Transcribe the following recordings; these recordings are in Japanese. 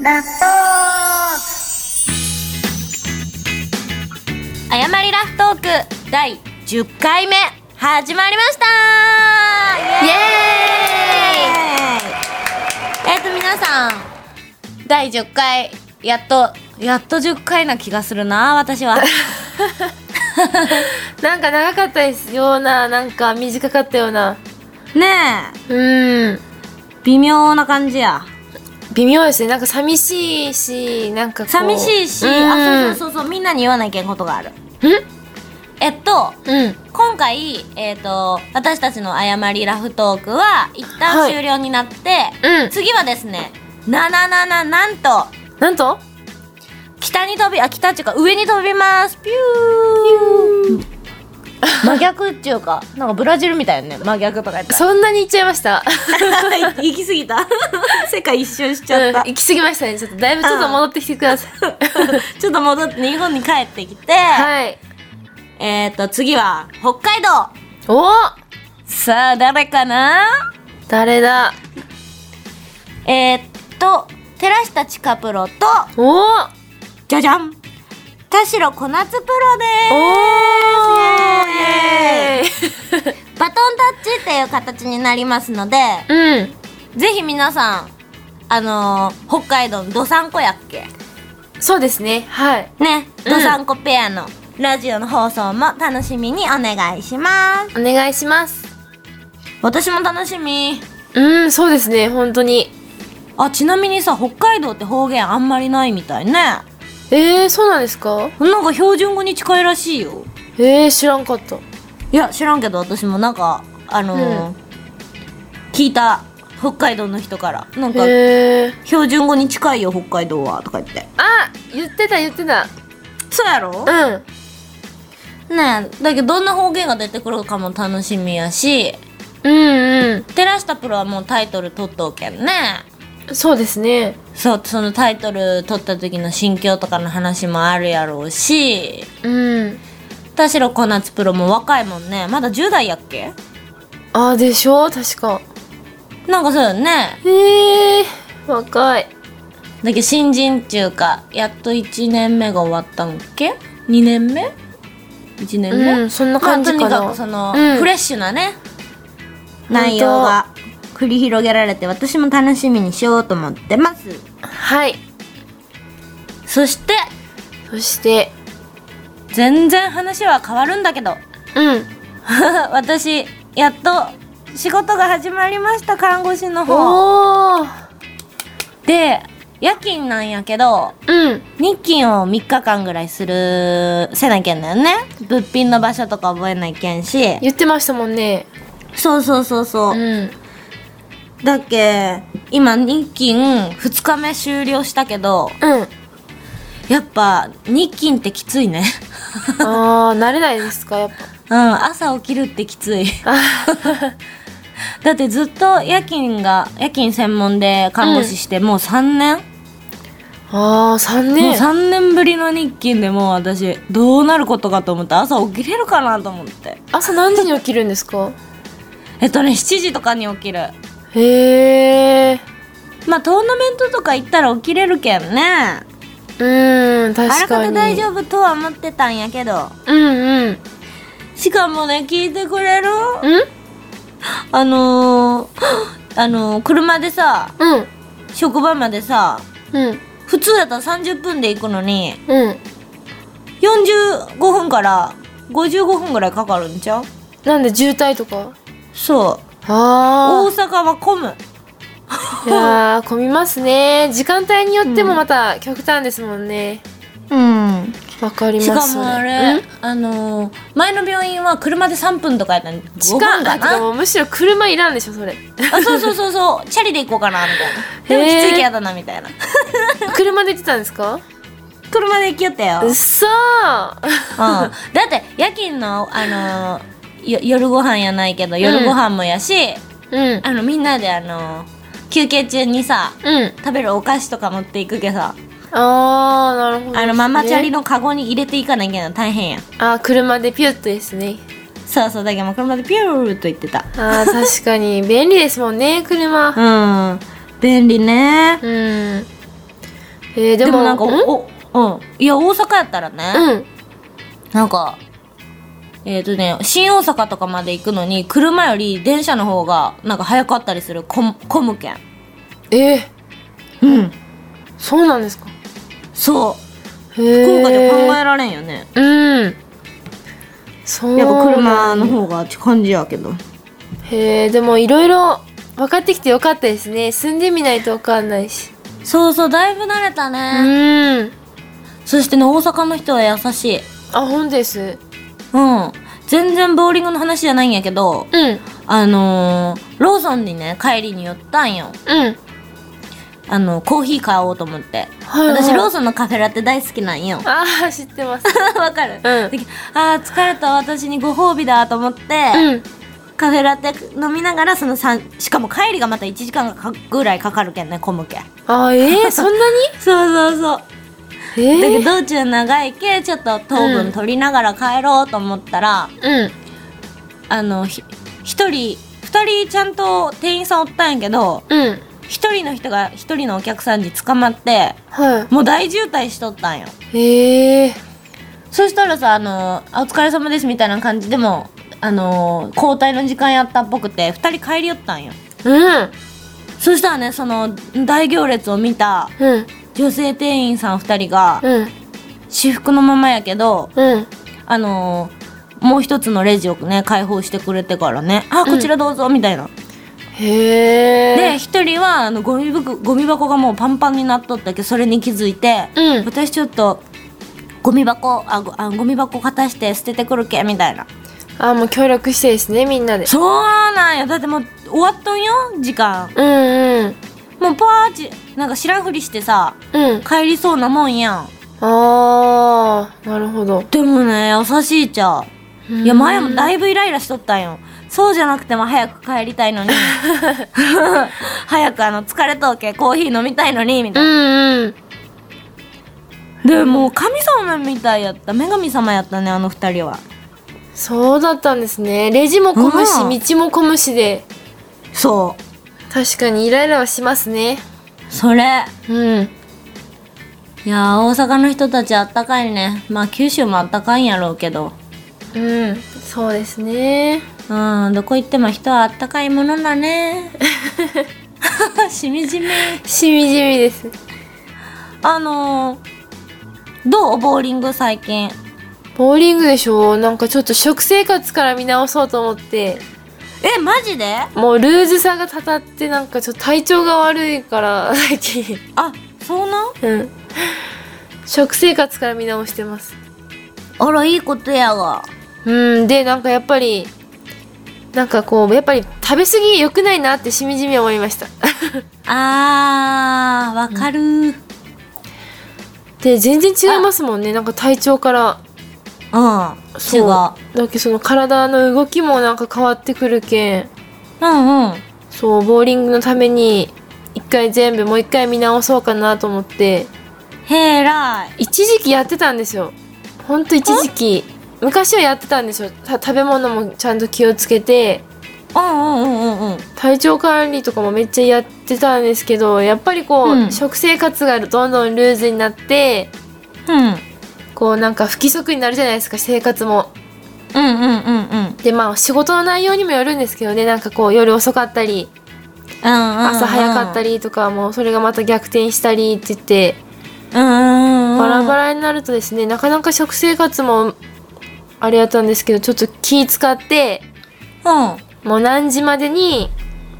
納豆誤りラフトーク第10回目始まりましたイエーイえっと皆さん第10回やっとやっと10回な気がするな私はなんか長かったですような、なんか短かったような。ねえうん。微妙な感じや微妙ですね。なんか寂しいし、なんかこう。寂しいし、うん、あそうそうそうそうみんなに言わなきゃいけんことがあるえっとうんうん。今回、えっと私たちの誤りラフトークは一旦はい終了になって、う ん次はですねなななななんとなんと北に飛びあ北っていうか上に飛びますピュー真逆っていうかなんかブラジルみたいよね真逆とか言ったらそんなに行っちゃいま した。 行き過ぎた 世界一周しちゃうっんた、行き過ぎましたね。ちょっとだいぶちょっと戻ってきてください。 ちょっと戻って日本に帰ってきて、はい。えっと次は北海道 おさあ誰かな誰だえー、っと寺下千佳プロとおおじゃじゃん田代小夏プロでイエすーイバトンタッチっていう形になりますのでうん。ぜひ皆さんあのー、北海道のどさんこやっけそうですね。はい。ねうんどさんこペアのラジオの放送も楽しみにお願いしますお願いします。私も楽しみうん、そうですね。本当に。あちなみにさ北海道って方言あんまりないみたいねえー、そうなんですかなんか標準語に近いらしいよえー、知らんかった。いや知らんけど私もなんかあのーう聞いた北海道の人からなんかへえー。標準語に近いよ北海道はとか言ってあ言ってた言ってた。そうやろうん。ねえだけどどんな方言が出てくるかも楽しみやしうんう寺下プロはもうタイトル取っとうけんねん。そうですね。そうそのタイトル取った時の心境とかの話もあるやろうしうん。田代小夏プロも若いもんねまだ10代やっけあーでしょ確か。なんかそうよねへえー、若い。だけど新人っちゅうかやっと1年目が終わったんっけ2年目 ?1 年目、うん、そんな感じかな。まあ、とにかくその、うんフレッシュなね当内容が繰り広げられて私も楽しみにしようと思ってますはい。そしてそして、全然話は変わるんだけど うん。私やっと仕事が始まりました看護師の方おおーで夜勤なんやけどうん。日勤を3日間ぐらいするせなきゃんだよね物品の場所とか覚えないけんし言ってましたもんね。そうそうそうそうう、ん。だっけ今日勤2日目終了したけどうん。やっぱ日勤ってきついね あー、慣れないですか、やっぱ。うん朝起きるってきつい だってずっと夜勤が夜勤専門で看護師してもう3年、あー、3もう年。 3年ぶりの日勤でもう私どうなることかと思って朝起きれるかなと思って朝何時に起きるんですかえっとね7時とかに起きるへえ。まあトーナメントとか行ったら起きれるけんねあうん、確かに。らかた大丈夫とは思ってたんやけどうんうん。しかもね聞いてくれるうんあのー、 あのー、車でさうん。職場までさうん。普通だったら30分で行くのにうん。 45分から55分ぐらいかかるんちゃうなんで渋滞とかそう大あ阪は混むあ。いやー、混みますね。時間帯によってもまた極端ですもんね。うんわかりしまかす。もあれ、あのー、前の病院は車で3分とかやったん5時分間かだけなどもうむしろ車いらんでしょ、そ れ。あそうそうそうそうチャリで行こうかなみたいなでもきついけやだなみたいな車で行ってたんですか車で行きよったよ、う、うんっだそーって夜勤のあのーよ夜ご飯やないけど夜ご飯もやし、うん。あのみんなであのー休憩中にさうん。食べるお菓子とか持っていくけさあー、なるほど、あのママチャリの。のカゴに入れていかなきゃいけないの大変やんあー、車でピュッとですね。そうそうだけどもう車でピューっと言ってたあー、確か に。便利ですもんね、車。うん便利ねうん。えー、ででももなんかうおおうんいや大阪やったらね、うんなんかえっ、とね新大阪とかまで行くのに車より電車の方がなんか早かったりする混混むけんえー、うんそうなんですかそう福福岡じゃ考えられんよねうんそうやっぱ車の方がって感じやけどへえでもいろいろ分かってきてよかったですね住んでみないと分かんないしそうそうだいぶ慣れたうね、んそしてね大阪の人は優しいあ本ですうん全然ボーリングの話じゃないんやけどうんあのー、ローソンにね帰りに寄ったんようんあのコーヒー買おうと思って、はいはい私ローソンのカフェラテ大好きなんよ ああ知ってますわかる、うんであー疲れた私にご褒美だと思って、うんカフェラテ飲みながらその三しかも帰りがまた1時間かぐらいかかるけんね混むけんあーえー、そんなにそうそうそうえだけー、ど道中長いけちょっと糖分取りながら帰ろうと思ったら、うんあのひ一人二人ちゃんと店員さんおったんやけどうん一人の人が一人のお客さんに捕まってはもう大渋滞しとったんよいへえー、そしたらさあのあ「お疲れ様です」みたいな感じでもあの交代の時間やったっぽくて二人帰りよったんようんそしたらねその大行列を見たうん女性店員さん二人がうん私服のままやけどうんあのーもう一つのレジをね開放してくれてからね「あこちらどうぞ」みたいな、へでえ一人はあのゴミ袋ゴミ箱がもうパンパンになっとったけどそれに気づいて「うん私ちょっとゴミ箱あごあゴミ箱片して捨ててくるけ」みたいなあーもう協力してですねみんなでそうなんやだってもう終わっとんよ時間うんうんもうパーチなんか知らんふりしてさうん帰りそうなもんやんああなるほどでもね優しいちゃういやうん前もだいぶイライラしとったんよそうじゃなくても早く帰りたい のに早くあの疲れとうけコーヒー飲みたいのにみうたいな、んうんでもう神様みたいやった女神様やったねあの二人はそうだったんですねレジも混むし、うん道も混むしでそ確かにイライラはしますねうそれうんいやー大阪の人たちあったかいねまあ九州もあったかいんやろうけどうんそうですねうんどこ行っても人はあったかいものだ ねしみじみしみじみですあのー、どうボーリング最近ボーリングでしょなんかちょっと食生活から見直そうと思ってえマジでもうルーズさがたたってなんかちょっと体調が悪いから最近あそうなんうん食生活から見直してますあらいいことやわうんでなんかやっぱりなんかこうやっぱり食べ過ぎ良くないなってしみじみ思いましたあーわかるうん、で全然違いますもんねなんか体調から違うだけどその体の動きもなんか変わってくるけんうんうんそうボーリングのために一回全部もう一回見直そうかなと思ってへえらい一時期やってたんですよほんと一時期昔はやってたんですよた食べ物もちゃんと気をつけてうんうんうんうんうん体調管理とかもめっちゃやってたんですけどやっぱりこう、うん食生活がどんどんルーズになってうんこうなんか不規則になるじゃないですか生活もうんうんうんうんでまあ仕事の内容にもよるんですけどねなんかこう夜遅かったり朝朝早かったりとかもうそれがまた逆転したりって言ってうんうんうんバラバラになるとですねなかなか食生活もあれやったんですけどちょっと気使ってラうんもう何時までに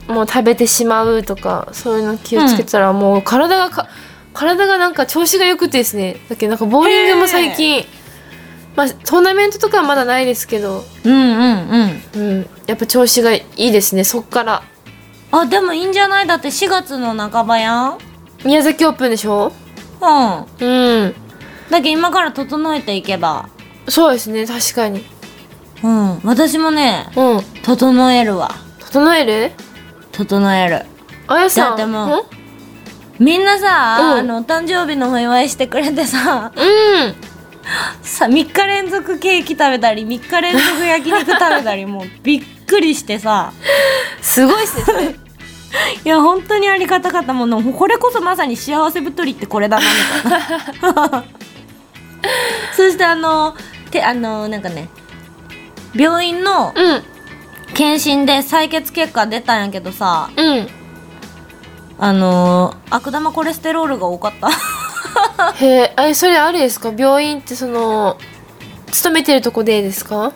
もう食べてしまうとかそういうの気をつけたら、もう体がか体がなんか調子がよくてですねだけどなんかボーリングも最近、まあ、トーナメントとかはまだないですけど、うんうんうんうん、やっぱ調子がいいですねそっからあでもいいんじゃないだって4月の半ばやんうん宮崎オープンでしょうんだけど今から整えていけばそうですね確かにうん私もねうん整えるわ整える整えるあやさだっんてもうんみんなさ、うんあのお誕生日のお祝いしてくれてさ うんさ3日連続ケーキ食べたり3日連 続焼肉食べたりもうびっくりしてさ すごいっすねいや本当にありがたかったものこれこそまさに幸せ太りってこれだなみたいな そしてあのてあのなんかね病院のうん検診で採血結果出たんやけどさうんあの悪玉コレステロールが多かった へえあれそれあれですか病院ってその勤めてるとこでですか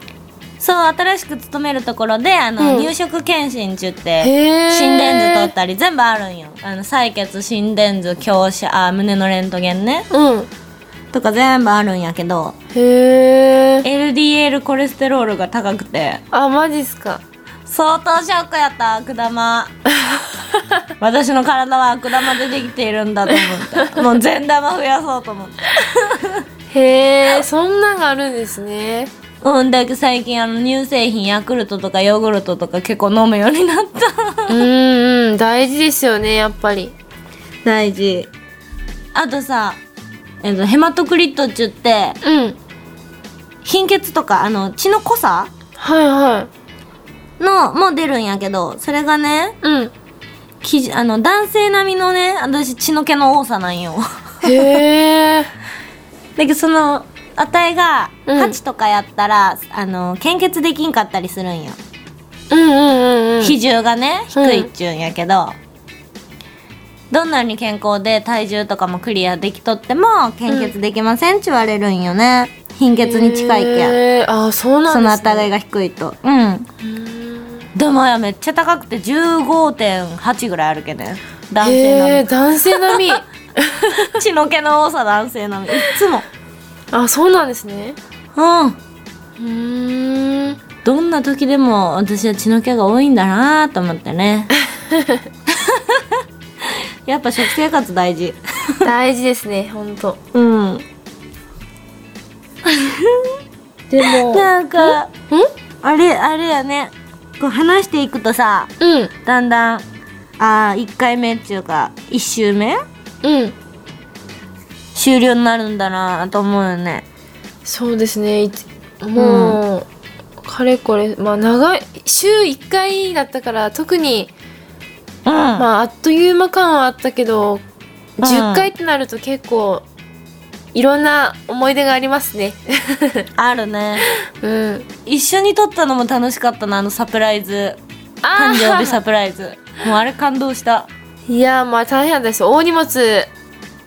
そう新しく勤めるところであの、うん入職検診中っへてえ心電図取ったり全部あるんよあの採血心電図強視あ胸のレントゲンねうんとか全部あるんやけどへえ LDL コレステロールが高くてあマジっすか相当ショックやった悪玉 私の体は悪玉でできているんだと思ってもう善玉増やそうと思ってへえそんなんがあるんですねうんだけど最近あの乳製品ヤクルトとかヨーグルトとか結構飲むようになったうんうん大事ですよねやっぱり大事あとさ、えっとヘマトクリットっちゅってうん貧血とかあの血の濃さはいはいのも出るんやけどそれがねうんきじあの男性並みのね私血の気の多さなんよへえ だけどその値がうん8とかやったら、あの献血できんかったりするんようんうんうんうん比重がね低いっちゅうんやけど、どんなに健康で体重とかもクリアできとっても献血できませんって言われるんよね貧血に近いけん、へえあそうなそんのですね値が低いとうんうんでもやめっちゃ高くて15.8ぐらいあるけね男性へ並え男性並 みみ血の気の多さ男性並みいっつもあそうなんですねうんうーんどんな時でも私は血の気が多いんだなと思って ねやっぱ食生活大事大事ですね本当うんでもなんかうんあれあれやねこう話していくとさうんだんだんあー1回目っていうか1周目うん終了になるんだなと思うよねそうですねいつもう、かれこれまあ長い週1回だったから特に、うん、まああっという間感はあったけど、ん10回ってなると結構いろんな思い出があります ねあるねうん一緒に撮ったのも楽しかったなあのサプライズあ誕ー生日サプライズもうあれ感動したいやーまあ大変だったですよ大荷物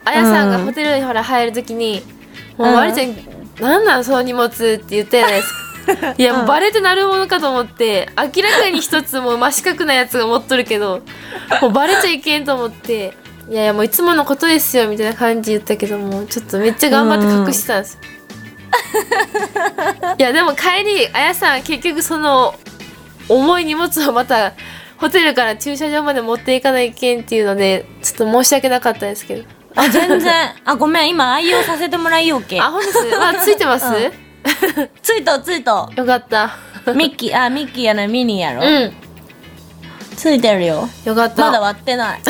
あやさんがうんホテルにほら入るときに「もううんまりちゃんなんなんその荷物」って言ったじゃないですかいやもうバレてなるものかと思って明らかに一つもう真四角なやつが持っとるけどもうバレちゃいけんと思って「いやいやもういつものことですよ」みたいな感じで言ったけどもちょっとめっちゃ頑張って隠してたん ですよいやでも帰りあやさん結局その重い荷物をまたホテルから駐車場まで持っていかないけんっていうのでちょっと申し訳なかったですけどあ全然 あごめん今愛用させてもらいようけあ本ですまあついてます、うついとついとよかったミッキーあミッキーやないミニーやろ、うんついてるよよかったまだ割ってない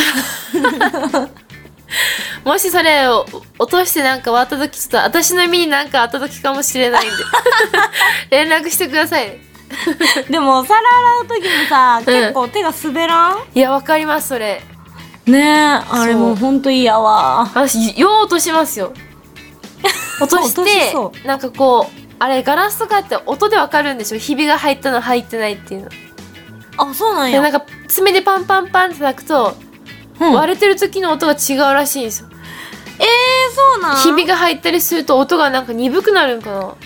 もしそれを落としてなんか割った時ちょっと私の身になんかあった時かもしれないんで 連絡してくださいでもお皿洗う時にさ、結構手が滑らんいやわかりますそれねえあれもうほんと嫌わ私よう落としますよ落とし落としそてなんかこうあれガラスとかって音でわかるんでしょひびが入ったの入ってないっていうのあそうなんでやなんか爪でパンパンパンって叩くと、うん割れてる時の音が違うらしいんですよえー、そうなんひびが入ったりすると音がなんか鈍くなるんかななんか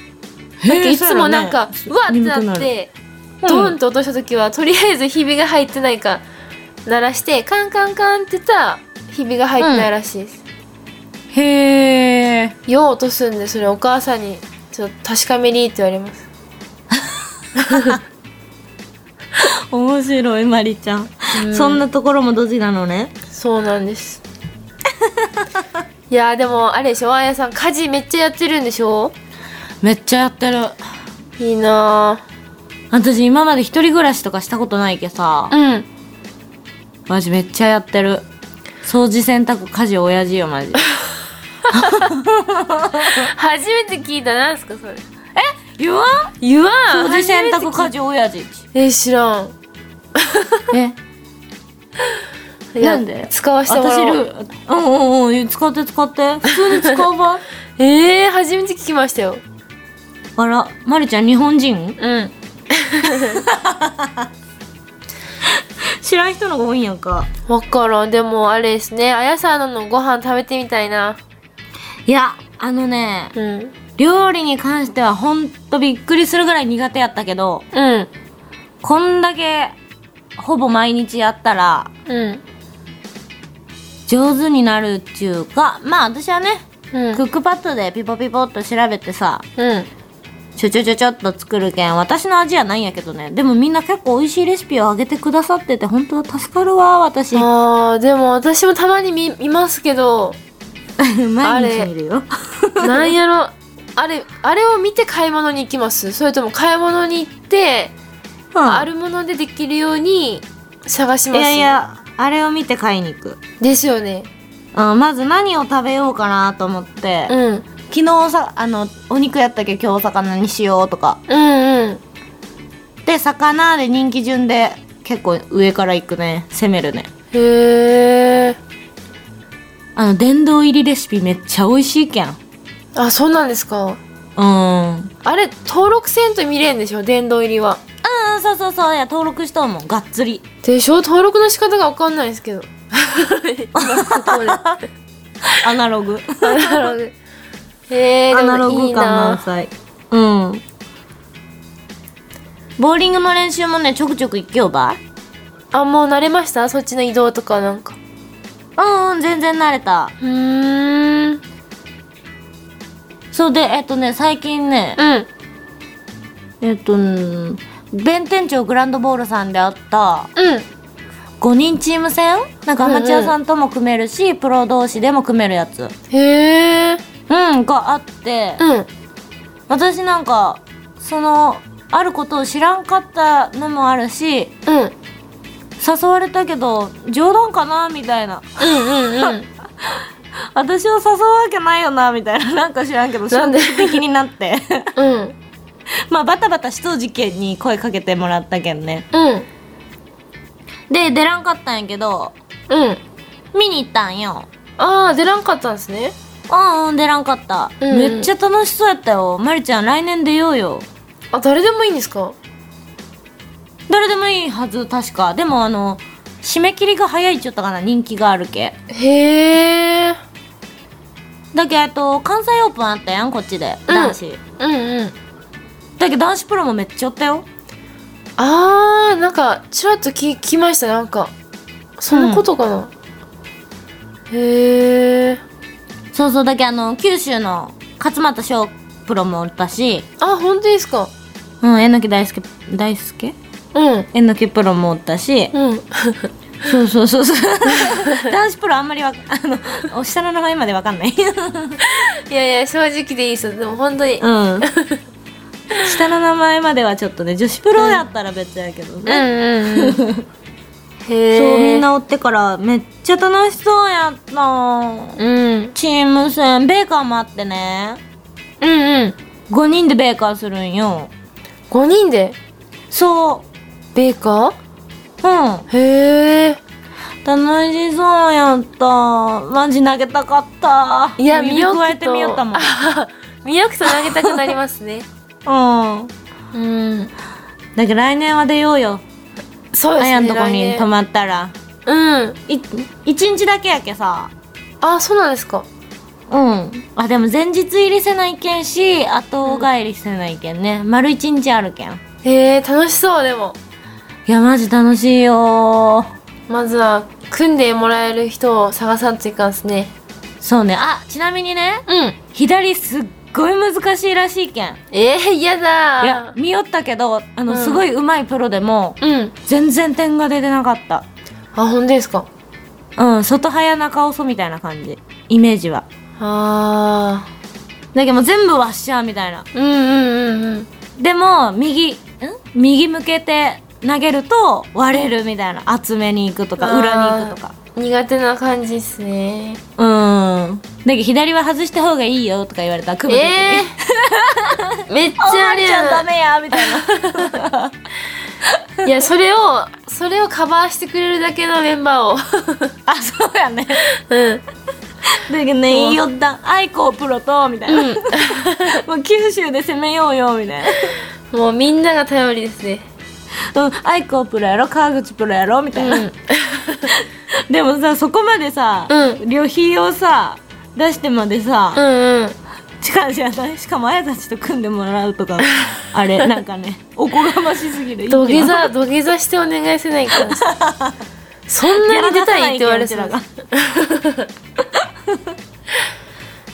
いつもなんか、うわってなってうんドンと落とした時はとりあえずひびが入ってないか鳴らしてカンカンカンって言ったらひびが入ってないらしいです、へえよう落とすんでそれお母さんにちょっと確かめりって言われます面白いマリちゃん、うんそんなところもドジなのねそうなんです いやーでもあれでしょあやさん家事めっちゃやってるんでしょめっちゃやってるいいな私今まで一人暮らしとかしたことないけさー、うんマジめっちゃやってる掃除洗濯家事親父よ マジ初めて聞いたなんすかそれ言わん言わ掃ん除洗 初めて濯聞い家事親父え知らんえいやなんで使わせてもらおう私ルうんうんうん使って使って普通に使う ばえー、初めて聞きましたよあらまるちゃん日本人うん知らん人のが多いんやんかわからんでもあれですねあやさんのご飯食べてみたいないやあのねうん料理に関してはほんとびっくりするぐらい苦手やったけどうんこんだけほぼ毎日やったらうん上手になるっちゅうかまあ私はねうんクックパッドでピポピポっと調べてさうんちょちょちょちょっと作るけん私の味はないんやけどねでもみんな結構美味しいレシピをあげてくださってて本当助かるわ私毎あーでも私もたまに見見ますけ ど 日見るよなんやろあれあれを見て買い物に行きますそれとも買い物に行って、ああるものでできるように探しいますやいやあれを見て買いに行く、ですよねうん、まず何を食べようかなと思って、うんうん昨日さあのお肉やったけど今日お魚にしようとかうんで魚で人気順で結構上から行くね攻めるねへえあの殿堂入りレシピめっちゃ美味しいけんうんあそうなんですかああれ登録せんと見れんでしょ殿堂入りはあそうそうそういや登録しとんもんがっつりでしょ登録の仕方が分かんないですけど今ここでアアナロ グナログへえアでナロもいグい感満な載うんボーリングの練習もねちょくちょく行けよばあもう慣れましたそっちの移動とかなんかうんうん全然慣れたうーんそうでえっとね最近ねうんえっとうん弁天町グランドボールさんであったうん5人チーム戦なんかアマチュアさんとも組めるし、プロ同士でも組めるやつへえうんがあって、うん私なんかそのあることを知らんかったのもあるしうん誘われたけど冗談かなみたいなうんうんうん 私を誘うわけないよなみたいななんか知らんけどなんで衝動的になってうんまあバタバタしとう事件に声かけてもらったけんねうんで出らんかったんやけどうん見に行ったんよああ出らんかったんですねうんうん出らんかった、うんうんめっちゃ楽しそうやったよまりちゃん来年出ようよあ誰でもいいんですか誰でもいいはず確かでもあの締め切りが早いっちょったかな人気があるけへえだけどえっと関西オープンあったやんこっちでうん男子、うんうんだけど男子プロもめっちゃおったよあーなんかちらっと聞きましたなんかそのことかな、へえそうそうだけどあの九州の勝俣翔プロもおったしあ本当ですかうんえのき大輔大輔うんえのきプロもおったしうん そうそうそうそう 男子プロあんまりわかあのお下の名前までわかんないいやいや正直でいいですよでも本当にうん下の名前まではちょっとね女子プロやったら別やけどね、うんうんへえそうみんな追ってからめっちゃ楽しそうやったうんチーム戦ベーカーもあってねうんうん5人でベーカーするんよ5人でそベーカーううんへえ楽しそうやったマジ投げたかったいや指見よくと加えてみよ ったもん見よくと投げたくなりますね うんうんだけど来年は出ようよそあうですねやんとこに泊ままったらうんい一日だけやけさあそうなんですかうんあでも前日入りせないけんし後帰りせないけんね、丸一日あるけんいへえ楽しそうでもやマジ楽しいよまずは組んでもらえる人を探さんといかんすねそうねあちなみにねうん左すっごい難しいらしいけんえー、嫌だいや見よったけどあの、うんすごい上手いプロでもうん全然点が出てなかったあ本当ですかうん外早中遅みたいな感じイメージはあだけどもう全部ワッシャーみたいなーうんうんうんうんでも右ん右向けて投げると割れるみたいな厚めに行くとかあー裏に行くとか苦手な感じっすねうんだけど左は外した方がいいよとか言われたら組む時に えー、めっちあゃあーれちゃんやダなメやみたいないやそれをそれをカバーしてくれるだけのメンバーを あそうやねうんだけどね言いよったん愛子をプロとみたいな、 もう九州で攻めようよみたい もうみんなが頼りですねなうん愛子をプロやろ川口プロやろみたいな、うんでもさそこまでさ、う旅費をさ出してまでさ、うんうん力じゃないしかもあやたちと組んでもらうとかあ れなんかねおこがましす ぎる土下や座土下座してお願いせないから そんなに出たいって言われそうやらなさ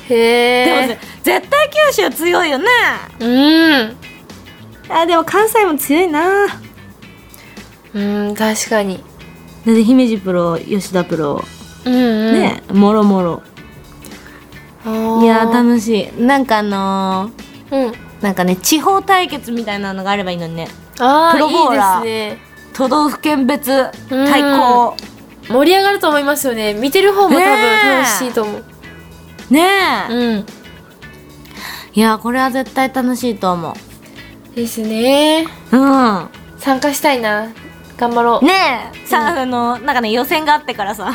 へでえもさ絶対九州強いよねうんあでも関西も強いなうん確かにだって姫路プロ吉田プロうんうんね、もろもろあーいやー楽しいなんかあのうんー、なんかね地方対決みたいなのがあればいいのにねあプロボウラーあいいですね都道府県別対抗盛り上がると思いますよね見てる方も多ねえ分楽しいと思う、ねえ、うんいやーこれは絶対楽しいと思うですねうん参加したいな頑張ろう、ねえさ、あのなんかね予選があってからさ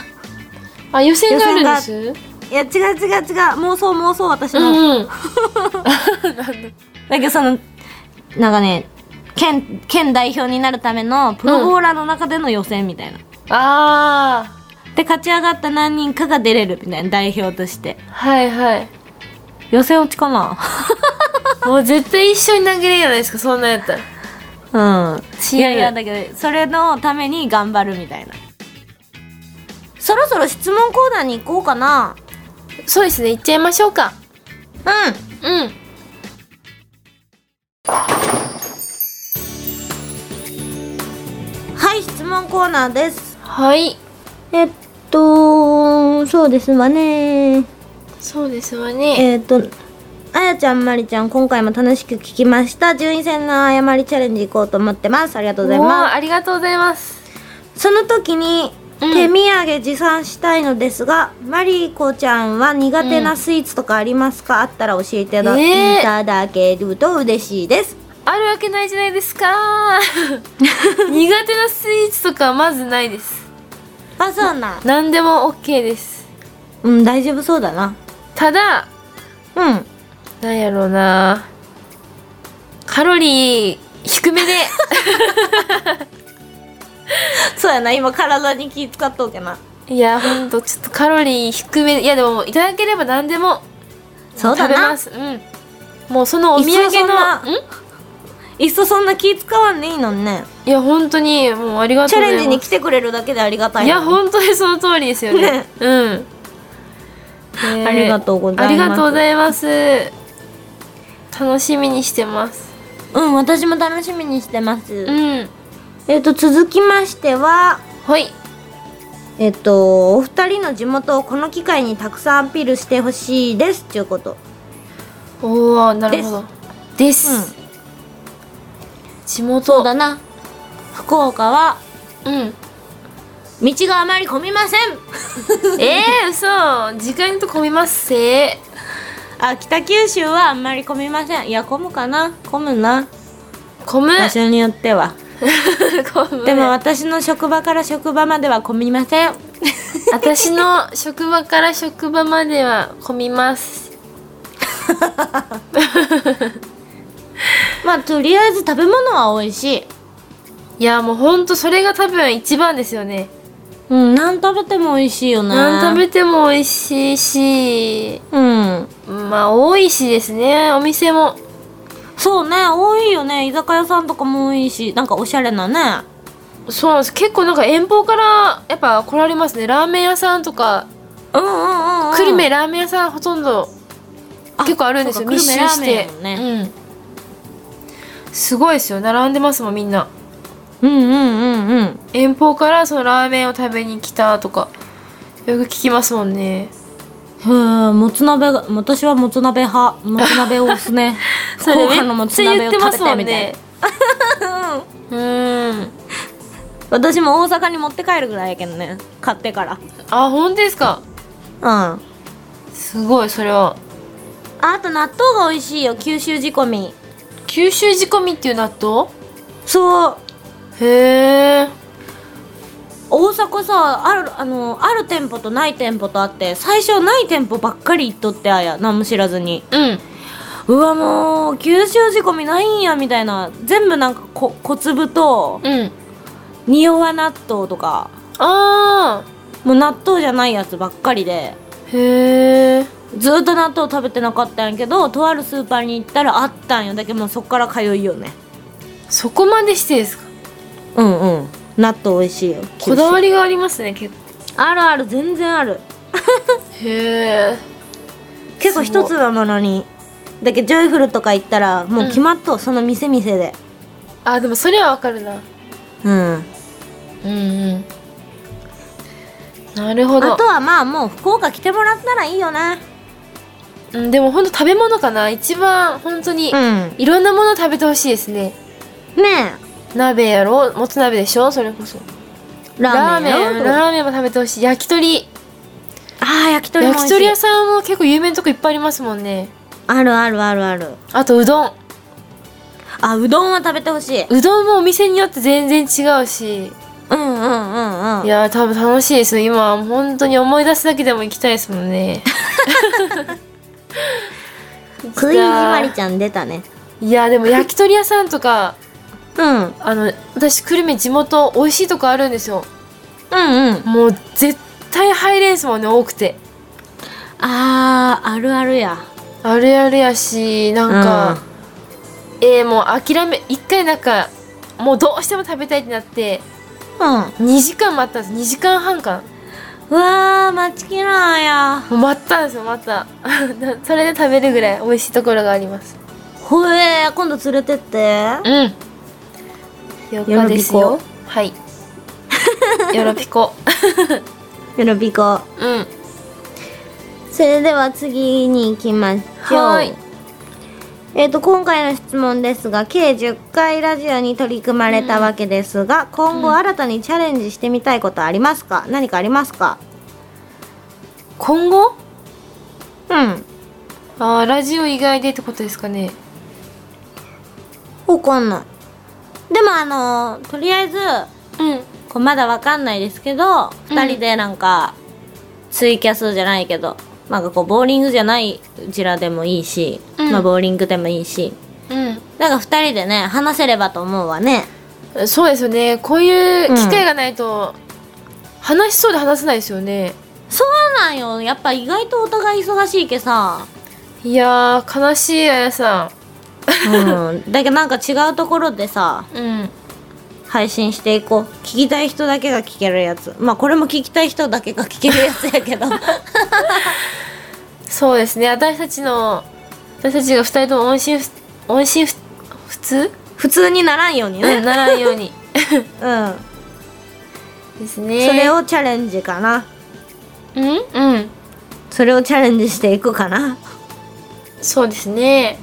あ予選があるんですいや違う違う違う妄想妄想私うの、んうんだけどそのなんかね県県代表になるためのプロボーラーの中での予選みたいな、あで勝ち上がった何人かが出れるみたいな代表としてーはいはい予選落ちか な もう絶対一緒に投げれるじゃないですかそんなんやったらうんチームいやいやだけどそれのために頑張るみたいなそろそろ質問コーナーに行こうかなそうですね行っちゃいましょうかううんんはい質問コーナーですはいえっとそうですわねそうですわねえっとあやちゃんまりちゃん今回も楽しく聞きました順位戦の誤りチャレンジ行こうと思ってますありがとうございもうまありがとうございますすその時にうん手土産持参したいのですが、マリコちゃんは苦手なスイーツとかありますか、あったら教えていただ,、ねえいただけると嬉しいですあるわけないじゃないですか 苦手なスイーツとかはまずないですあそうな何でも OK ですうん大丈夫そうだなただうんなんやろうなカロリー 低めでそうやな今体に気使っとうけないやほんとちょっとカロリー低めいやでもいただければ何でもそうだ食べまなすうんもうそのお土いっそそんな産のんいっそそんな気使わんでいいのにねいや本当にもうありがチとうャございレンますジに来てくれるだけでありがたいいのにや本当にその通りですよねねうん、ねありがとうございますありがとうございます楽しみにしてますうん私も楽しみにしてます、うんえっ、と続きましてはほいえっ、とお二人の地元をこの機会にたくさんアピールしてほしいですっていうことおおなるほどですうん地元そうだな福岡はうん道があまり混みませんえー、嘘時間と混みますせ あ北九州はあんまり混みませんいや混むかな混むな混む場所によっては 混むでも私の職場から職場までは混みません私の職場から職場までは混みますまあとりあえず食べ物は美味しいいやもうほんとそれが多分一番ですよねうん何食べても美味しいよね何食べても美味しいしうんまあ多いしですねお店もそうね多いよね居酒屋さんとかも多いしなんかおしゃれなねそうなんです結構なんか遠方からやっぱ来られますねラーメン屋さんとかうんうんうん、うん、久留米ラーメン屋さんほとんどあ結構あるんですよそうか密集し久留米ラーメンてやもんねうん、すごいですよ並んでますもんみんなうんうんうんうん遠方からそのラーメンを食べに来たとかよく聞きますもんねへえもつ鍋が私はもつ鍋派もつ鍋を押すね それ福岡のめもっつちゃ鍋言っをて食まべすもてんみたいね うん私も大阪に持って帰るぐらいやけどね買ってからあ本当ですかうんあすごいそれはあと納豆が美味しいよ九州仕込み九州仕込みっていう納豆そうへえ大阪さあるあのある店舗とない店舗とあって最初ない店舗ばっかり行っとってあや何も知らずにうんうわもう九州仕込みないんやみたいな全部なんかこ小粒とうん匂わ納豆とかあもう納豆じゃないやつばっかりでーへえずーっと納豆食べてなかったんやけどとあるスーパーに行ったらあったんよだけどもうそっから通いよねそこまでしてですかうんうん納豆美味しいよこだわりりがありますね結構あるある全然あるへえ結構一つのものにだけどジョイフルとか行ったらもう決まっとう、その店店であでもそれはわかるなうんうんうんなるほどあとはまあもう福岡来てもらったらいいよねうん、でもほんと食べ物かな一番本当にんいろんなもの食べてほしいですねね鍋やろもつ鍋でしょそれこそえラーメンラーメンラーメンも食べてほしい焼き鳥ああ焼き鳥も美味しい焼き鳥屋さんも結構有名なとこいっぱいありますもんねあるあるあるあるあとうどんあうどんは食べてほしいうどんもお店によって全然違うしうんうんうんうんいやー多分楽しいですね今本当に思い出すだけでも行きたいですも んね食いじまりちゃん出たねいやーでも焼き鳥屋さんとかうんうんあの私久留米地元美味しいとこあるんですようんもう絶対入れんすもんね多くてあーあるあるやあるあるやしなんか、えー、もう諦め一回なんかもうどうしても食べたいってなってうん2時間待ったんです2時間半かうわー待ちきらんやなもう待ったんですよ待った それで食べるぐらい美味しいところがありますほえー今度連れてってうんよかですよろよぴはい よろぴこよろぴこうんそれでは次に行きましょうはいえー、と今回の質問ですが計10回ラジオに取り組まれたわけですが、今後新たにチャレンジしてみたいことありますか、何かありますか今後うんあーラジオ以外でってことですかねわかんないでもあのーとりあえずうんこうまだわかんないですけど、二2人でなんかツイキャスじゃないけどなんかこうボーリングじゃないうちらでもいいし、うんまあ、ボーリングでもいいしうんなんか2人でね話せればと思うわねそうですよねこういう機会がないと、話しそうで話せないですよねそうなんよやっぱ意外とお互い忙しいけさいやー悲しいあやさうん、だけどなんか違うところでさんうん配信していこう聞きたい人だけが聞けるやつまあこれも聞きたい人だけが聞けるやつやけ どそうですね私たちの私たちが2人とも音信不音信不普通、普通にならんようにうん、ねならんようにうん、ですねそれをチャレンジかなうんうんそれをチャレンジしていくかなそうですね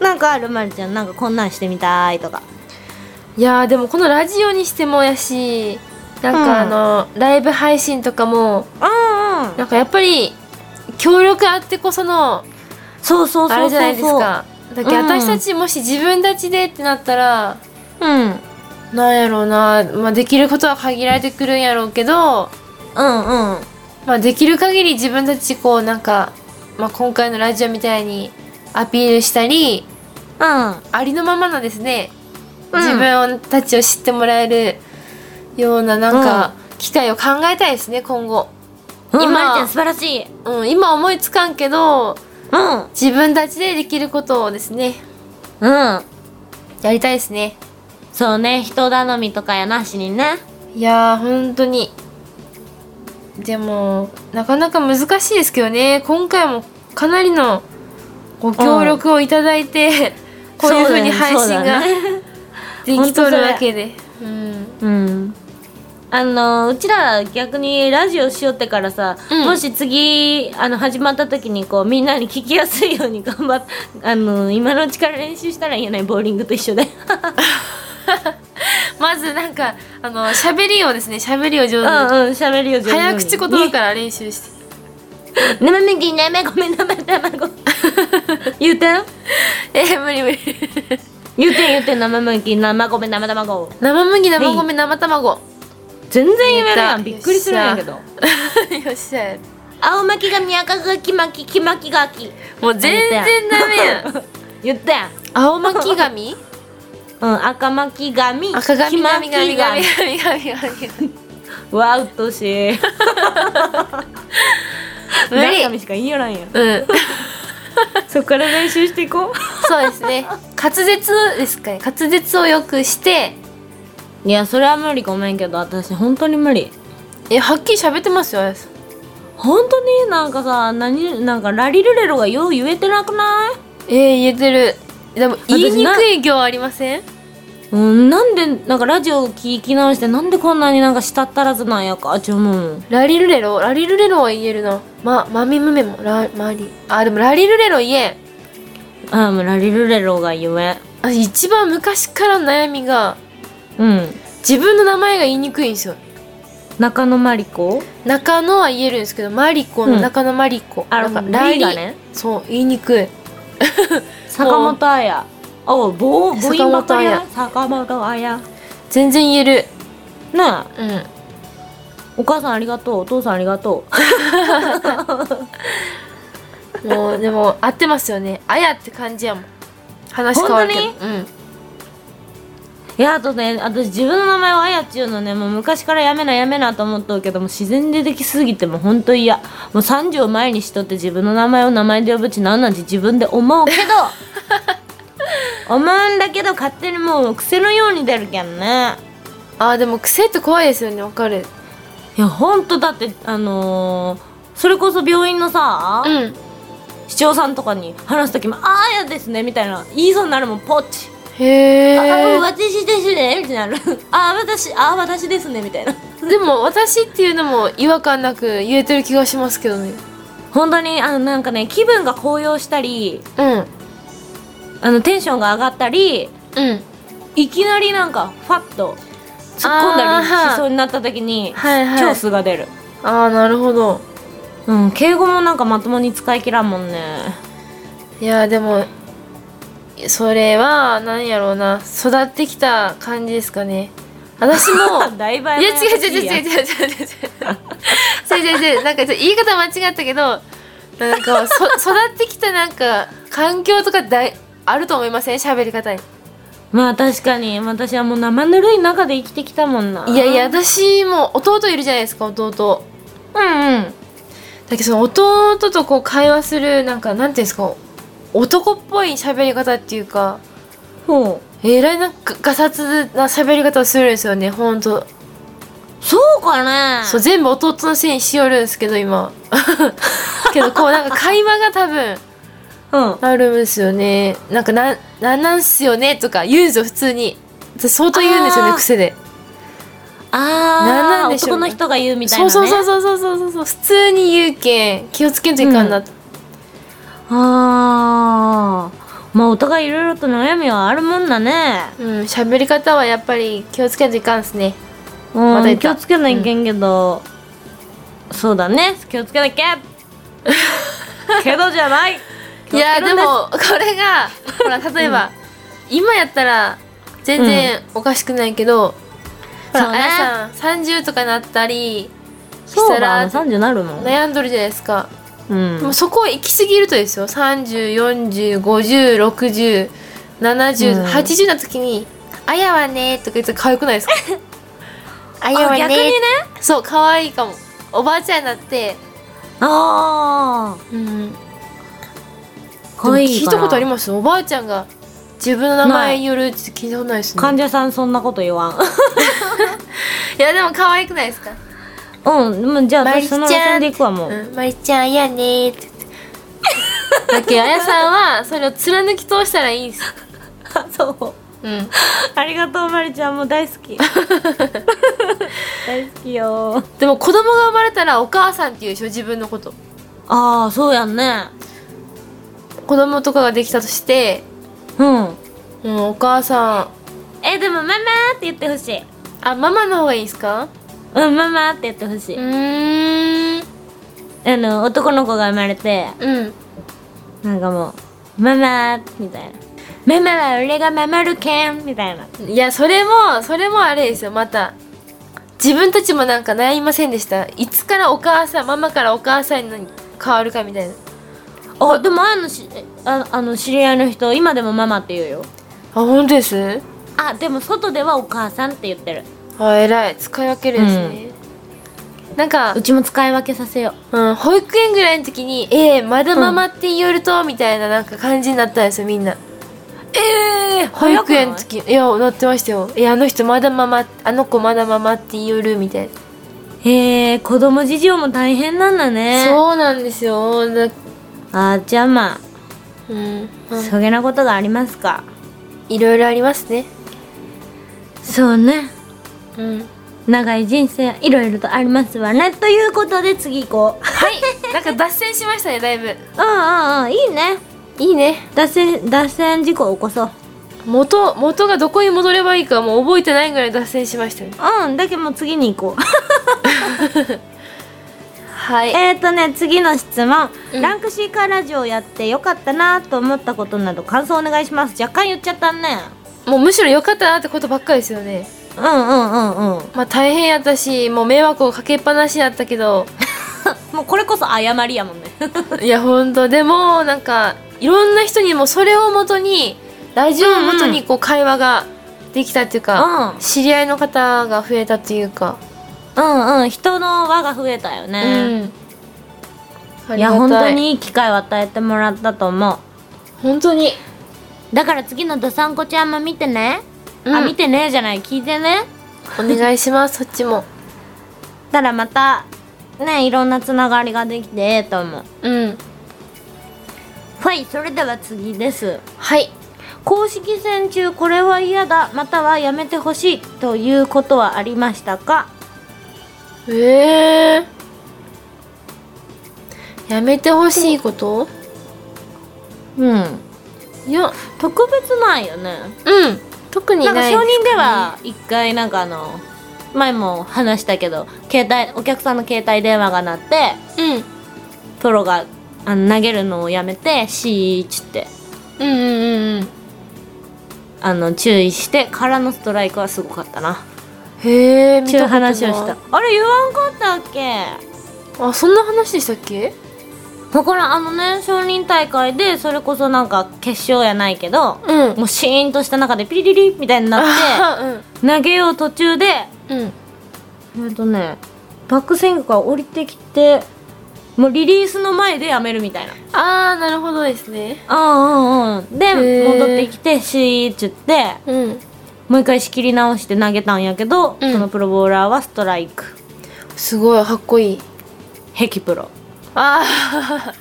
なんかあるまるちゃんなんかこんなんしてみたいとかいやーでもこのラジオにしてもやしなんかあうんの、ライブ配信とかもうんうんなんかやっぱり協力あってこそのそうそうそうそうそうあれじゃないですかだけどうん私たちもし自分たちでってなったら、うんうんなんやろうな、まあ、できることは限られてくるんやろうけど、うんまあ、できる限り自分たちこうなんか、まあ、今回のラジオみたいにアピールしたりうんありのままのですね、うん自分たちを知ってもらえるようななんか機会を考えたいですね今後、今今まるちゃん素晴らしいうん、今思いつかんけどうん自分たちでできることをですねうんやりたいですねそうね人頼みとかやなしにねいやー本当にでもなかなか難しいですけどね今回もかなりのご協力をいただいて、こういうふうに配そう信だがねできとるわけで、うん、うんあのうちら逆にラジオしよってからさ、うんもし次あの始まった時にこうみんなに聞きやすいように頑張っ あの今のうちから練習したらいいよねボーリングと一緒でまずなんかあの喋りをですね喋りをう上ん手に、うん喋るよ上手に早口言 葉から練習して「ねめめぎねめごめんなめたまご」言うてんえー無理無理言ってん言ってん生麦生米生卵生麦生米生卵 よ全然言えるやんび言えたっくりするんやけどっしゃ青巻きがみ赤がき巻きき巻きがきもう全然ダメやん 言ってん青巻き髪うん赤巻き髪赤髪黄巻髪き髪髪髪髪髪髪髪わうっとうし い無理中身しか言いよらんやんうんそっから練習していこそうですね滑舌ですかね滑舌をよくしてういやそれは無理ごめんけど私本当に無理えはっきり喋ってますよあやさん本当になんかさ何なんかラリルレロがよう言えてなくないえー、言えてるでも言いになくい行ありませんうん、なんでなんかラジオ聞き直してなんでこんなになんかしたったらずなんやかって思うラリルレロラリルレロは言えるなまマミムメもラマリあでもラリルレロ言えんあもうラリルレロが夢あ一番昔からの悩みがうん自分の名前が言いにくいんですよ中野真理子中野は言えるんですけどマリコうのん中野マリコ、あなんかのラ B リがねそう言いにくい 坂本彩おぼ母音ばかりや坂本彩ね全然言えるえうんお母さんありがとうお父さんありがとう もうでも合ってますよね。あやって感じやもん。話変わるけど。本うん。いやあとね私自分の名前は彩っちゅうのねもう昔からやめなやめなと思っとうけども自然でできすぎてもうほんと嫌もう30を前にしとって自分の名前を名前で呼ぶちなんなんて自分で思う けど思うんだけど勝手にもう癖のように出るけんねあーでも癖って怖いですよね。わかる。いやほんとだってあのーそれこそ病院のさ、うん。市長さんとかに話す時も「ああやですね」みたいな言いそうになるもんポッチ「へああえ。私ですね」みたいになる 「ああ私ああ私ですね」みたいなでも私っていうのも違和感なく言えてる気がしますけどね。本当にあのなんかね気分が高揚したりうん。あのテンションが上がったりうん。いきなりなんかファッと突っ込んだりしそうになった時にはいはい超素が出る、ああなるほど。うん敬語もなんかまともに使い切らんもんねいやーでもそれは何やろうな育ってきた感じですかね。私もだいぶ いや違う違う違う違う違う違う違う違う 違う違うなんかちょっと言い方間違ったけどなんかそ育ってきたなんか環境とかだいあると思いません喋り方にまあ確かに私はもう生ぬるい中で生きてきたもんないやいや私も弟いるじゃないですか弟うんうんだけどその弟とこう会話するなんかなんていうんですか男っぽい喋り方っていうかほうえらいなんかガサツな喋り方をするんですよねほんとそうかねそう全部弟のせいにしよるんですけど今 けどこうなんか会話が多分うんあるんですよね。なんかなん、なんなんすよねとか言うんですよ、普通に。私相当言うんですよあね、ー癖で。あなんなあんでしょ男うねの人が言うみたいなそうねそうそうそうそうそうそう、普通に言うけん、気をつけんといかんな。うああまあお互いいろいろと悩みはあるもんだねうん、喋、り方はやっぱり気をつけんといかんですね。うまた言んっ気たをつけないけんけど、そうだね気をつけな きゃけどじゃないいや、気をつでけるんすも、これが、ほら、例えば、今やったら、全然おかしくないけど、ほそら、うあねやさん、30とかなったりしそたうだら、ね30なるもん、悩んどるじゃないですか。うんもうそこ行き過ぎるとですよ304050607080、うん80の時に「あやはね」とか言って可愛くないですか ああ逆にねそう可愛いかもおばあちゃんになってああうん可愛い聞かいなたことありますおばあちゃんが自分の名前によるって聞いたことないですね患者さんそんなこと言わん いやでも可愛くないですかうんでもじゃあマリ私ちゃそんの路線でいくわもう、うん、まりちゃんあやねーって言って だけどあやさんはそれを貫き通したらいいんですあ そううん ありがとうまりちゃんもう大好き大好きよでも子供が生まれたらお母さんって言うでしょ自分のことああそうやんね子供とかができたとして、うんうん、お母さんえでもママって言ってほしいあママの方がいいんですかうんママって言ってほしい、ーんあの男の子が生まれてうんなんかもうママみたいなママは俺が守るけんみたいないやそれもそれもあれですよまた自分たちもなんか悩みませんでしたいつからお母さんママからお母さんに変わるかみたいなあでもあのしああの知り合いの人今でもママって言うよあ本当ですあでも外ではお母さんって言ってるあ偉い使い分けるんですね、なんかう、ちも使い分けさせようん、保育園ぐらいの時に「ええまだママって言えると」みたいななんか感じになったんですよみんなええー、保早く育ない園の時いやなってましたよ「えあの人まだママあの子まだママって言える」みたいなへえ子供事情も大変なんだねそうなんですよ。だあーじゃあまあ、うん、そげなことがありますかいろいろありますね。そうねうん。長い人生いろいろとありますわねということで次行こうはい。なんか脱線しましたね、だい ぶ。うんうんうんいいねいいね。脱線脱線事故起こそう元、元がどこに戻ればいいかもう覚えてないぐらい脱線しましたね。うんだけどもう次に行こうはい。 えーとね次の質問、うんランクシーカーラジオやってよかったなと思ったことなど感想お願いします若干言っちゃったねもうむしろ良かったなってことばっかりですよね。うんうんうんうんまあ大変やったし、もう迷惑をかけっぱなしやったけど、もうこれこそ誤りや もんね いやほんと、でもなんか、いろんな人にもそれをもとに、ラジオをもとにこう会話ができたっていうか、うん知り合いの方が増えたっていうか、うんうん人の輪が増えたよね、うん、いや本当にいい機会を与えてもらったと思う本当にだから次のどさんこちゃんも見てね、あうん見てねじゃない聞いてねお願いしますそっちもたらまたねいろんなつながりができてええと思ううんはいそれでは次ですはい公式戦中これは嫌だまたはやめてほしいということはありましたかええやめてほしいことうんいや特別ないよねうん特にななんかい承認では一回なんかあの前も話したけど携帯お客さんの携帯電話が鳴ってうんプロがあの投げるのをやめて「シー」っつってうんうんうんうんあの注意してからのストライクはすごかったなへえっていう話をしたあれ言わんかったっけあそんな話でしたっけだからあのね承認大会でそれこそなんか決勝やないけど、うんもうシーンとした中でピリリリみたいになっあうんて投げよう途中でうんえっとねバックスイングから降りてきてもうリリースの前でやめるみたいなああなるほどですねうんうんうんでへー戻ってきてシーッつってうんもう一回仕切り直して投げたんやけど、うんそのプロボーラーはストライクすごいかっこいい壁プロ、あ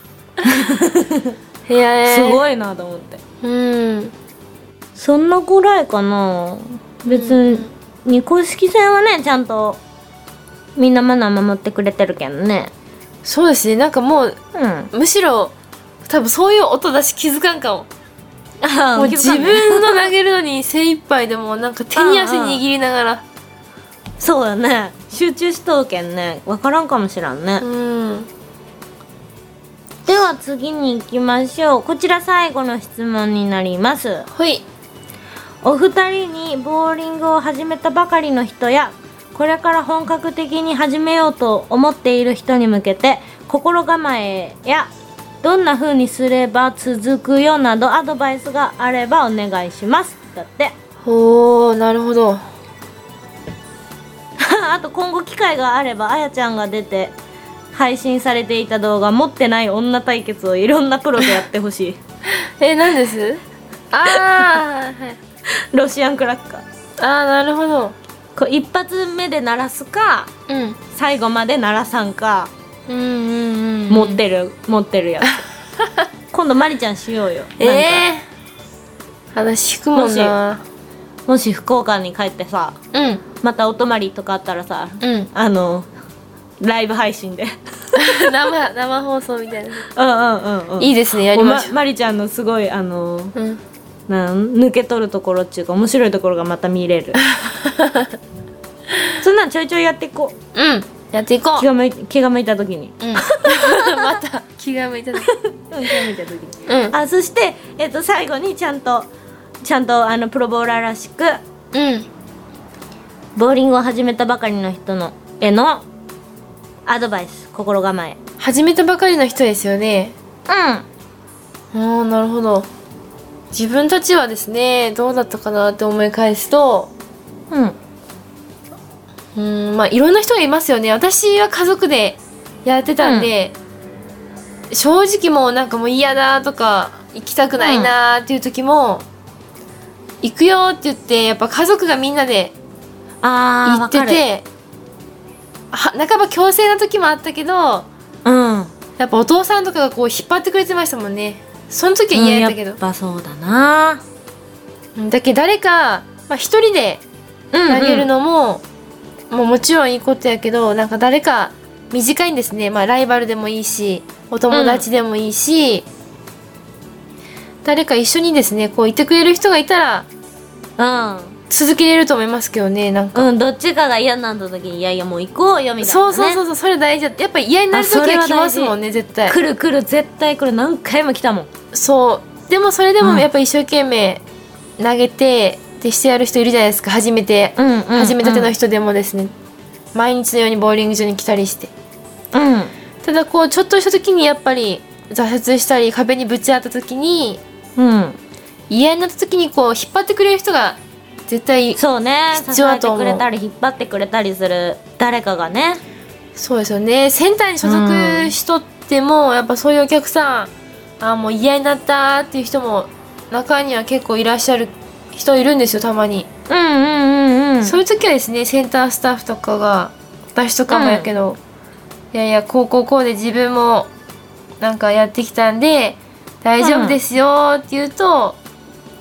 あいやすいごいなと思ってうんそんなぐらいかな別に公式戦はねちゃんとみんなマナー守ってくれてるけんねそうですねなんかもううんむしろ多分そういう音だし気づかんかももう気づ自かんね分の投げるのに精一杯でもうなんか手に汗握りながらそうだね集中しとうけんねわからんかもしらんね、うんでは次に行きましょうこちら最後の質問になりますほいお二人にボーリングを始めたばかりの人やこれから本格的に始めようと思っている人に向けて心構えやどんな風にすれば続くよなどアドバイスがあればお願いしますだって おーなるほどあと今後機会があればあやちゃんが出て配信されていた動画持ってない女対決をいろんなプロとやってほしい え何ですあー、はい、ロシアンクラッカーあーなるほどこう一発目で鳴らすかうん最後まで鳴らさんかうんうんうん持ってる、持ってるやつ 今度まりちゃんしようよえなんかえー、話引くもんなもし福岡に帰ってさうんまたお泊まりとかあったらさ、うんあのライブ配信で 生生放送みたいなうんうんうんうんいいいですねやりましょう、まりちゃんのすごいあのうんなん抜け取るところっていうか面白いところがまた見 れるそんなんちょいちょいやっていこううんやっていこう気が向い気が向いた時に、うん、 また気が向いただけうん、気が向いた時にうんあそして、えっと最後にちゃんとちゃんとあのプロボーラーらしくうんボーリングを始めたばかりの人のへのアドバイス心構え始めたばかりの人ですよねうああなるほど自分たちはですねどうだったかなって思い返すとんうんうーんまあいろんな人がいますよね私は家族でやってたんで、正直もうなんかもう嫌だとか行きたくないなーっていう時も、行くよって言ってやっぱ家族がみんなであー行ってては半ば強制な時もあったけどわかるうんやっぱお父さんとかがこう引っ張ってくれてましたもんねその時は嫌やったけどうん、やっぱそうだなうんだけど誰か、まあ、一人でうんうん投げるのも、もうもちろんいいことやけどなんか誰か短いんですね、まあ、ライバルでもいいしお友達でもいいし、誰か一緒にですねこういてくれる人がいたらう続けれると思いますけどねなんか、ん、うん、どっちかが嫌になった時にいやいやもう行こうよみたいな、ね、そうそうそうそうそれ大事だってやっぱ嫌になる時あそれはは来ますもんね絶対来る来る絶対来る何回も来たもんそうでもそれでうもんやっぱ一生懸命投げてでしてやる人いるじゃないですか初めて、うんうんうん初めたての人でもですね毎日のようにボウリング場に来たりしてうんただこうちょっとした時にやっぱり挫折したり壁にぶち当たった時にうん嫌になった時にこう引っ張ってくれる人が絶対そうね必要だと思う支えてくれたり引っ張ってくれたりする誰かがねそうですよねセンターに所属しとっても、やっぱそういうお客さんあーもう嫌になったっていう人も中には結構いらっしゃる人いるんですよたまに、うんうんうんうんそういう時はですねセンタースタッフとかが私とかもやけど、いやいやこうこうこうで自分もなんかやってきたんで大丈夫ですよって言うと、うん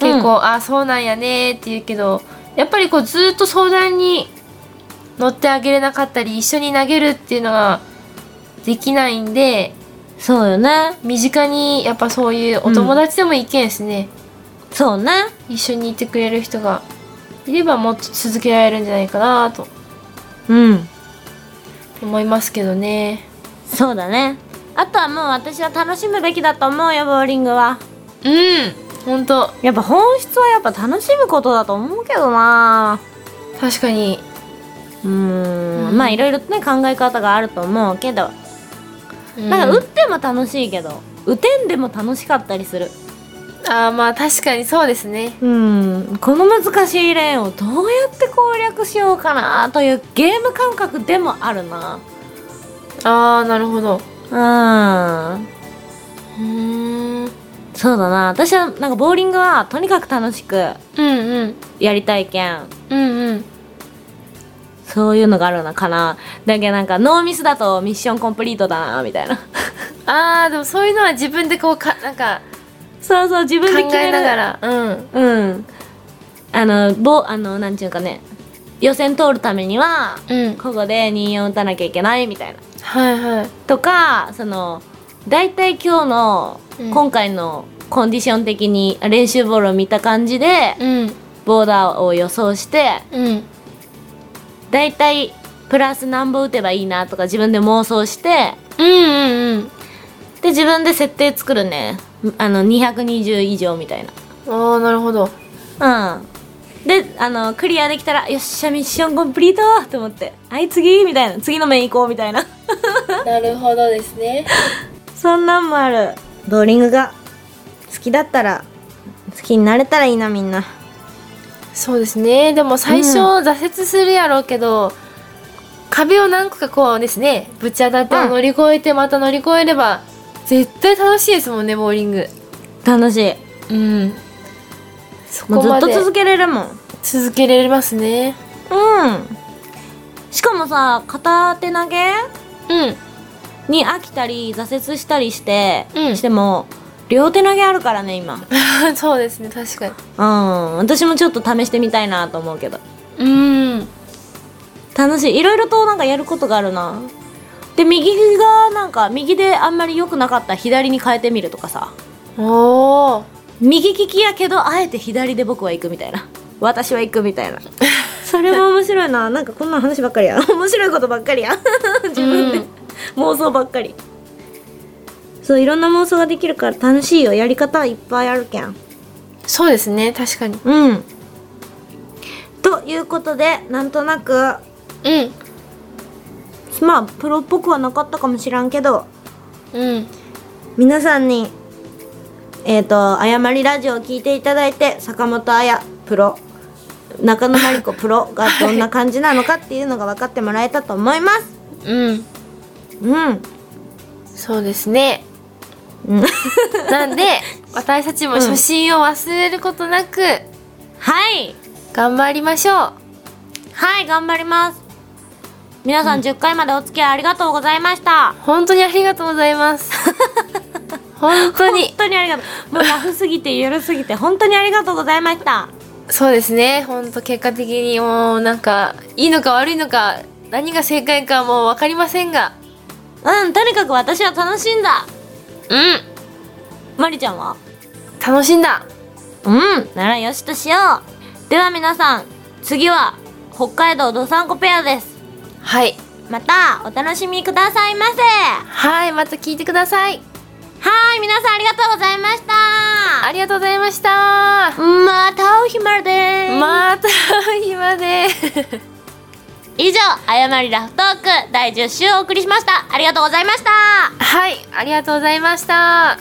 結構「あそうなんやね」って言うけどやっぱりこうずっと相談に乗ってあげれなかったり一緒に投げるっていうのができないんでそうよね身近にやっぱそういうお友達でもいいけんですね、そうね一緒にいてくれる人がいればもっと続けられるんじゃないかなとうん思いますけどねそうだねあとはもう私は楽しむべきだと思うよボーリングはうん本当やっぱ本質はやっぱ楽しむことだと思うけどな確かにうーうんんまあいろいろとね考え方があると思うけどなんか打っても楽しいけど打てんでも楽しかったりするあーまあ確かにそうですねうんこの難しいレーンをどうやって攻略しようかなというゲーム感覚でもあるなああなるほどうんうーんうんそうだな私はなんかボーリングはとにかく楽しくうんやりたいけんうんうんそういうのがあるのかなだけどなんかノーミスだとミッションコンプリートだなみたいな あーでもそういうのは自分でこうかなんかそうそう自考分で決めえるながらうんうんあのぼあのなんちゅうかね予選通るためにはうんここで24打たなきゃいけないみたいなはいはいとかその大体今日の、うん今回のコンディション的に練習ボールを見た感じで、うんボーダーを予想してうん大体プラス何本打てばいいなとか自分で妄想してうんうんうんで自分で設定作るねあの220以上みたいああなるほどなうんであのクリアできたらよっしゃミッションコンプリートと思ってはい次みたいな次の面行こうみたいな なるほどですね そんなんもあるボーリングが好きだったら好きになれたらいいなみんなそうですねでも最初う挫折するやろうけど、壁を何個かこうですねぶち当たってうん乗り越えてまた乗り越えれば絶対楽しいですもんねボーリング楽しいうんそもこうずっまとで続けれるもんうん続けられますねしかもさ片手投げうんに飽きたり挫折したりして、うんしても両手投げあるからね今うん そうですね確かに私もちょっと試してみたいなと思うけどうん楽しいいろいろとなんかやることがあるなで右がなんか右であんまり良くなかったら左に変えてみるとかさおお右利きやけどあえて左で僕は行くみたいな私は行くみたいなそれも面白いななんかこんな話ばっかりや 面白いことばっか りや自分で、うん妄想ばっかりそういろんな妄想ができるから楽しいよやり方はいっぱいあるけんそうですね確かにうんということでなんとなくうんまあプロっぽくはなかったかもしらんけどうん皆さんにえっ、と「誤りラジオ」を聞いていただいて坂本彩プロ中野真理子プロがどんな感じなのかっていうのが分かってもらえたと思います。うんうんそうですねうんなんで 私たちも初心を忘れることなくはい頑張りましょうはい頑張ります皆さん10回までお付き合いありがとうございました、本当にありがとうございます 本当本に当にありがとうもうラフすぎてゆるすぎて本当にありがとうございましたそうですね本当結果的にもうなんかいいのか悪いのか何が正解かもう分かりませんがうんとにかく私は楽しんだうんまりちゃんは楽しんだうんならよしとしようでは皆さん次は北海道どさんこペアですはいまたお楽しみくださいませはいまた聞いてくださいはい皆さんありがとうございましたありがとうございましたまたおひまるですまた今で以上「誤りラフトーク」第10週お送りしましたありがとうございましたはいありがとうございました